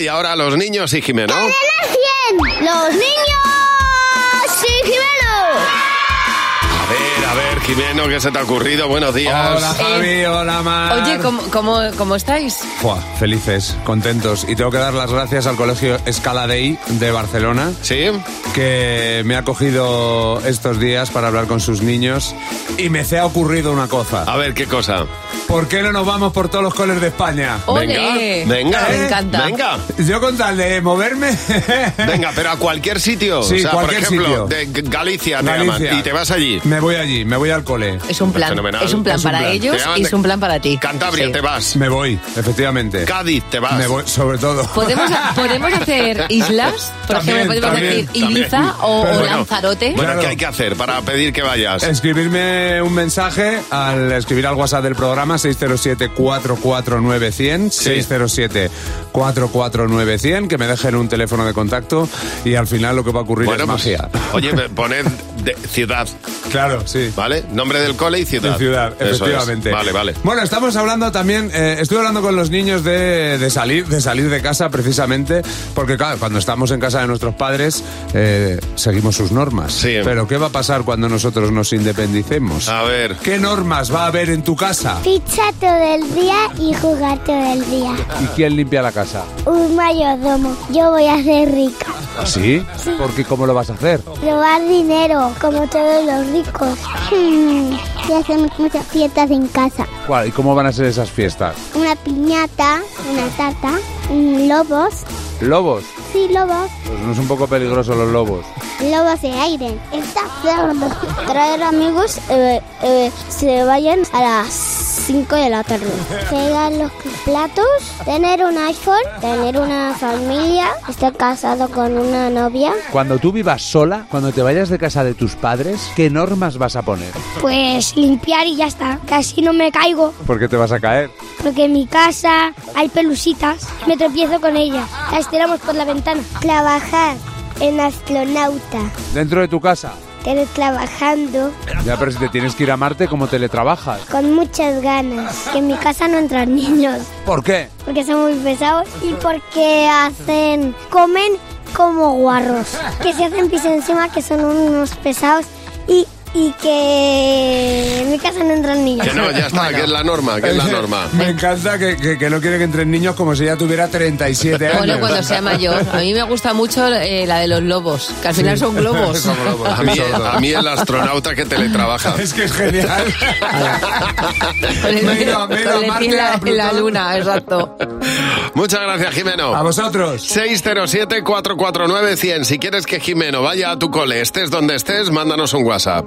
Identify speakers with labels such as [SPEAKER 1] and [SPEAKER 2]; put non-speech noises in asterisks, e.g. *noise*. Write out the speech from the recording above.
[SPEAKER 1] Y ahora los niños y Jimeno.
[SPEAKER 2] ¡Los niños! ¡Sí,
[SPEAKER 1] A ver, a ver, Jimeno, ¿qué se te ha ocurrido? Buenos días.
[SPEAKER 3] Hola Javi, hola Mar.
[SPEAKER 4] Oye, ¿cómo, cómo, cómo estáis?
[SPEAKER 3] Fua, felices, contentos. Y tengo que dar las gracias al colegio Escaladei de Barcelona,
[SPEAKER 1] ¿Sí?
[SPEAKER 3] que me ha cogido estos días para hablar con sus niños y me se ha ocurrido una cosa.
[SPEAKER 1] A ver, ¿qué cosa?
[SPEAKER 3] ¿Por qué no nos vamos por todos los coles de España?
[SPEAKER 4] Oh. ¡Ole!
[SPEAKER 1] Venga, venga.
[SPEAKER 4] Me encanta.
[SPEAKER 1] Venga.
[SPEAKER 3] Yo con tal de moverme... *laughs*
[SPEAKER 1] Venga, pero a cualquier sitio.
[SPEAKER 3] Sí,
[SPEAKER 1] o sea,
[SPEAKER 3] cualquier
[SPEAKER 1] por ejemplo,
[SPEAKER 3] sitio.
[SPEAKER 1] de G- Galicia te
[SPEAKER 3] Galicia.
[SPEAKER 1] llaman y te vas allí. Pues Eh.
[SPEAKER 3] Me voy allí, me voy al cole.
[SPEAKER 4] Es un plan.
[SPEAKER 1] Fenomenal.
[SPEAKER 4] Es un plan
[SPEAKER 1] Es un
[SPEAKER 4] para
[SPEAKER 1] plan.
[SPEAKER 4] ellos
[SPEAKER 1] Te llaman
[SPEAKER 4] y
[SPEAKER 1] de-
[SPEAKER 4] es un plan para ti.
[SPEAKER 1] Cantabria
[SPEAKER 4] Sí.
[SPEAKER 1] te vas.
[SPEAKER 3] Me voy, efectivamente.
[SPEAKER 1] Cádiz te vas.
[SPEAKER 3] Me voy, sobre todo.
[SPEAKER 4] ¿Podemos, ¿Podemos
[SPEAKER 3] *laughs*
[SPEAKER 4] hacer islas? Por
[SPEAKER 3] También,
[SPEAKER 4] ejemplo, podemos
[SPEAKER 3] también,
[SPEAKER 4] decir Ibiza
[SPEAKER 1] también.
[SPEAKER 4] o, o
[SPEAKER 3] Pero
[SPEAKER 1] bueno,
[SPEAKER 4] Lanzarote.
[SPEAKER 1] Bueno,
[SPEAKER 3] Claro.
[SPEAKER 1] ¿qué hay que hacer para pedir que vayas?
[SPEAKER 3] Escribirme un mensaje al escribir al WhatsApp del programa 607-449-100,
[SPEAKER 1] Sí.
[SPEAKER 3] 607-449-100, que me dejen un teléfono de contacto y al final lo que va a ocurrir
[SPEAKER 1] bueno,
[SPEAKER 3] es
[SPEAKER 1] pues,
[SPEAKER 3] magia.
[SPEAKER 1] Oye, pe- poned de- ciudad,
[SPEAKER 3] Claro, sí.
[SPEAKER 1] ¿vale? Nombre del cole y ciudad.
[SPEAKER 3] De ciudad,
[SPEAKER 1] Eso es.
[SPEAKER 3] efectivamente.
[SPEAKER 1] Vale, vale.
[SPEAKER 3] Bueno, estamos hablando también, eh, estuve hablando con los niños de, de salir, de salir de casa precisamente, porque claro, cuando estamos en casa de nuestros padres, eh, seguimos sus normas.
[SPEAKER 1] Sí. Ah,
[SPEAKER 3] Pero ¿qué va a pasar cuando nosotros nos independicemos?
[SPEAKER 1] A ver.
[SPEAKER 3] ¿Qué normas va a haber en tu casa?
[SPEAKER 2] Pizza todo el día y jugar todo el día.
[SPEAKER 3] ¿Y quién limpia la casa?
[SPEAKER 2] Un mayordomo. Yo voy a ser rico.
[SPEAKER 3] ¿Ah, ¿Sí? Porque ¿cómo lo vas a hacer?
[SPEAKER 2] Robar dinero, como todos los ricos. Hmm, Y hacemos muchas fiestas en casa.
[SPEAKER 3] ¿Cuál- ¿Y cómo van a ser esas fiestas?
[SPEAKER 2] Una piñata, una tata, mm, lobos.
[SPEAKER 3] ¿Lobos?
[SPEAKER 2] Sí, lobos.
[SPEAKER 3] Pues no es un poco peligroso los lobos.
[SPEAKER 2] Lobos de aire. Está cerdo. Traer amigos eh, se vayan a las 5 de la tarde. Pegar los platos. Tener un iPhone. Tener una familia. Estar casado con una novia.
[SPEAKER 5] Cuando tú vivas sola, cuando te vayas de casa de tus padres, ¿qué normas vas a poner?
[SPEAKER 2] Pues limpiar y ya está. Casi no me caigo.
[SPEAKER 3] ¿Por qué te vas a caer?
[SPEAKER 2] Porque en mi casa hay pelusitas. Me tropiezo con ellas. Las tiramos por la ventana. Trabajar en astronauta.
[SPEAKER 3] ¿Dentro de tu casa?
[SPEAKER 2] trabajando
[SPEAKER 3] Ya, pero si te tienes que ir a Marte, ¿cómo teletrabajas?
[SPEAKER 2] con muchas ganas. Que en mi casa no entran niños.
[SPEAKER 3] ¿Por qué?
[SPEAKER 2] porque son muy pesados y porque hacen, comen como guarros, que se hacen pis encima, que son unos pesados y, y que en mi casa no entran niños.
[SPEAKER 1] Que no, ya está, que es la norma, que es la norma.
[SPEAKER 3] Me encanta que, que- que no quiere que entren niños como si ella tuviera 37 años.
[SPEAKER 4] Bueno, cuando sea mayor. A mí me gusta mucho eh, la de los lobos, que al final son
[SPEAKER 3] *laughs*
[SPEAKER 4] globos.
[SPEAKER 3] Son globos.
[SPEAKER 1] A mí, a mí el astronauta que teletrabaja.
[SPEAKER 3] Es que es
[SPEAKER 1] *laughs*
[SPEAKER 3] genial.
[SPEAKER 4] Con el
[SPEAKER 3] Me he
[SPEAKER 4] pie-
[SPEAKER 3] ido- me he ido
[SPEAKER 4] con
[SPEAKER 3] a
[SPEAKER 4] el
[SPEAKER 3] Marte,
[SPEAKER 4] pie en
[SPEAKER 3] a
[SPEAKER 4] la- en la
[SPEAKER 3] Plutón.
[SPEAKER 4] luna, exacto.
[SPEAKER 1] Muchas gracias,
[SPEAKER 3] A
[SPEAKER 1] Jimeno.
[SPEAKER 3] vosotros.
[SPEAKER 1] 607-449-100. Si quieres que Jimeno vaya a tu cole, estés donde estés, mándanos un WhatsApp.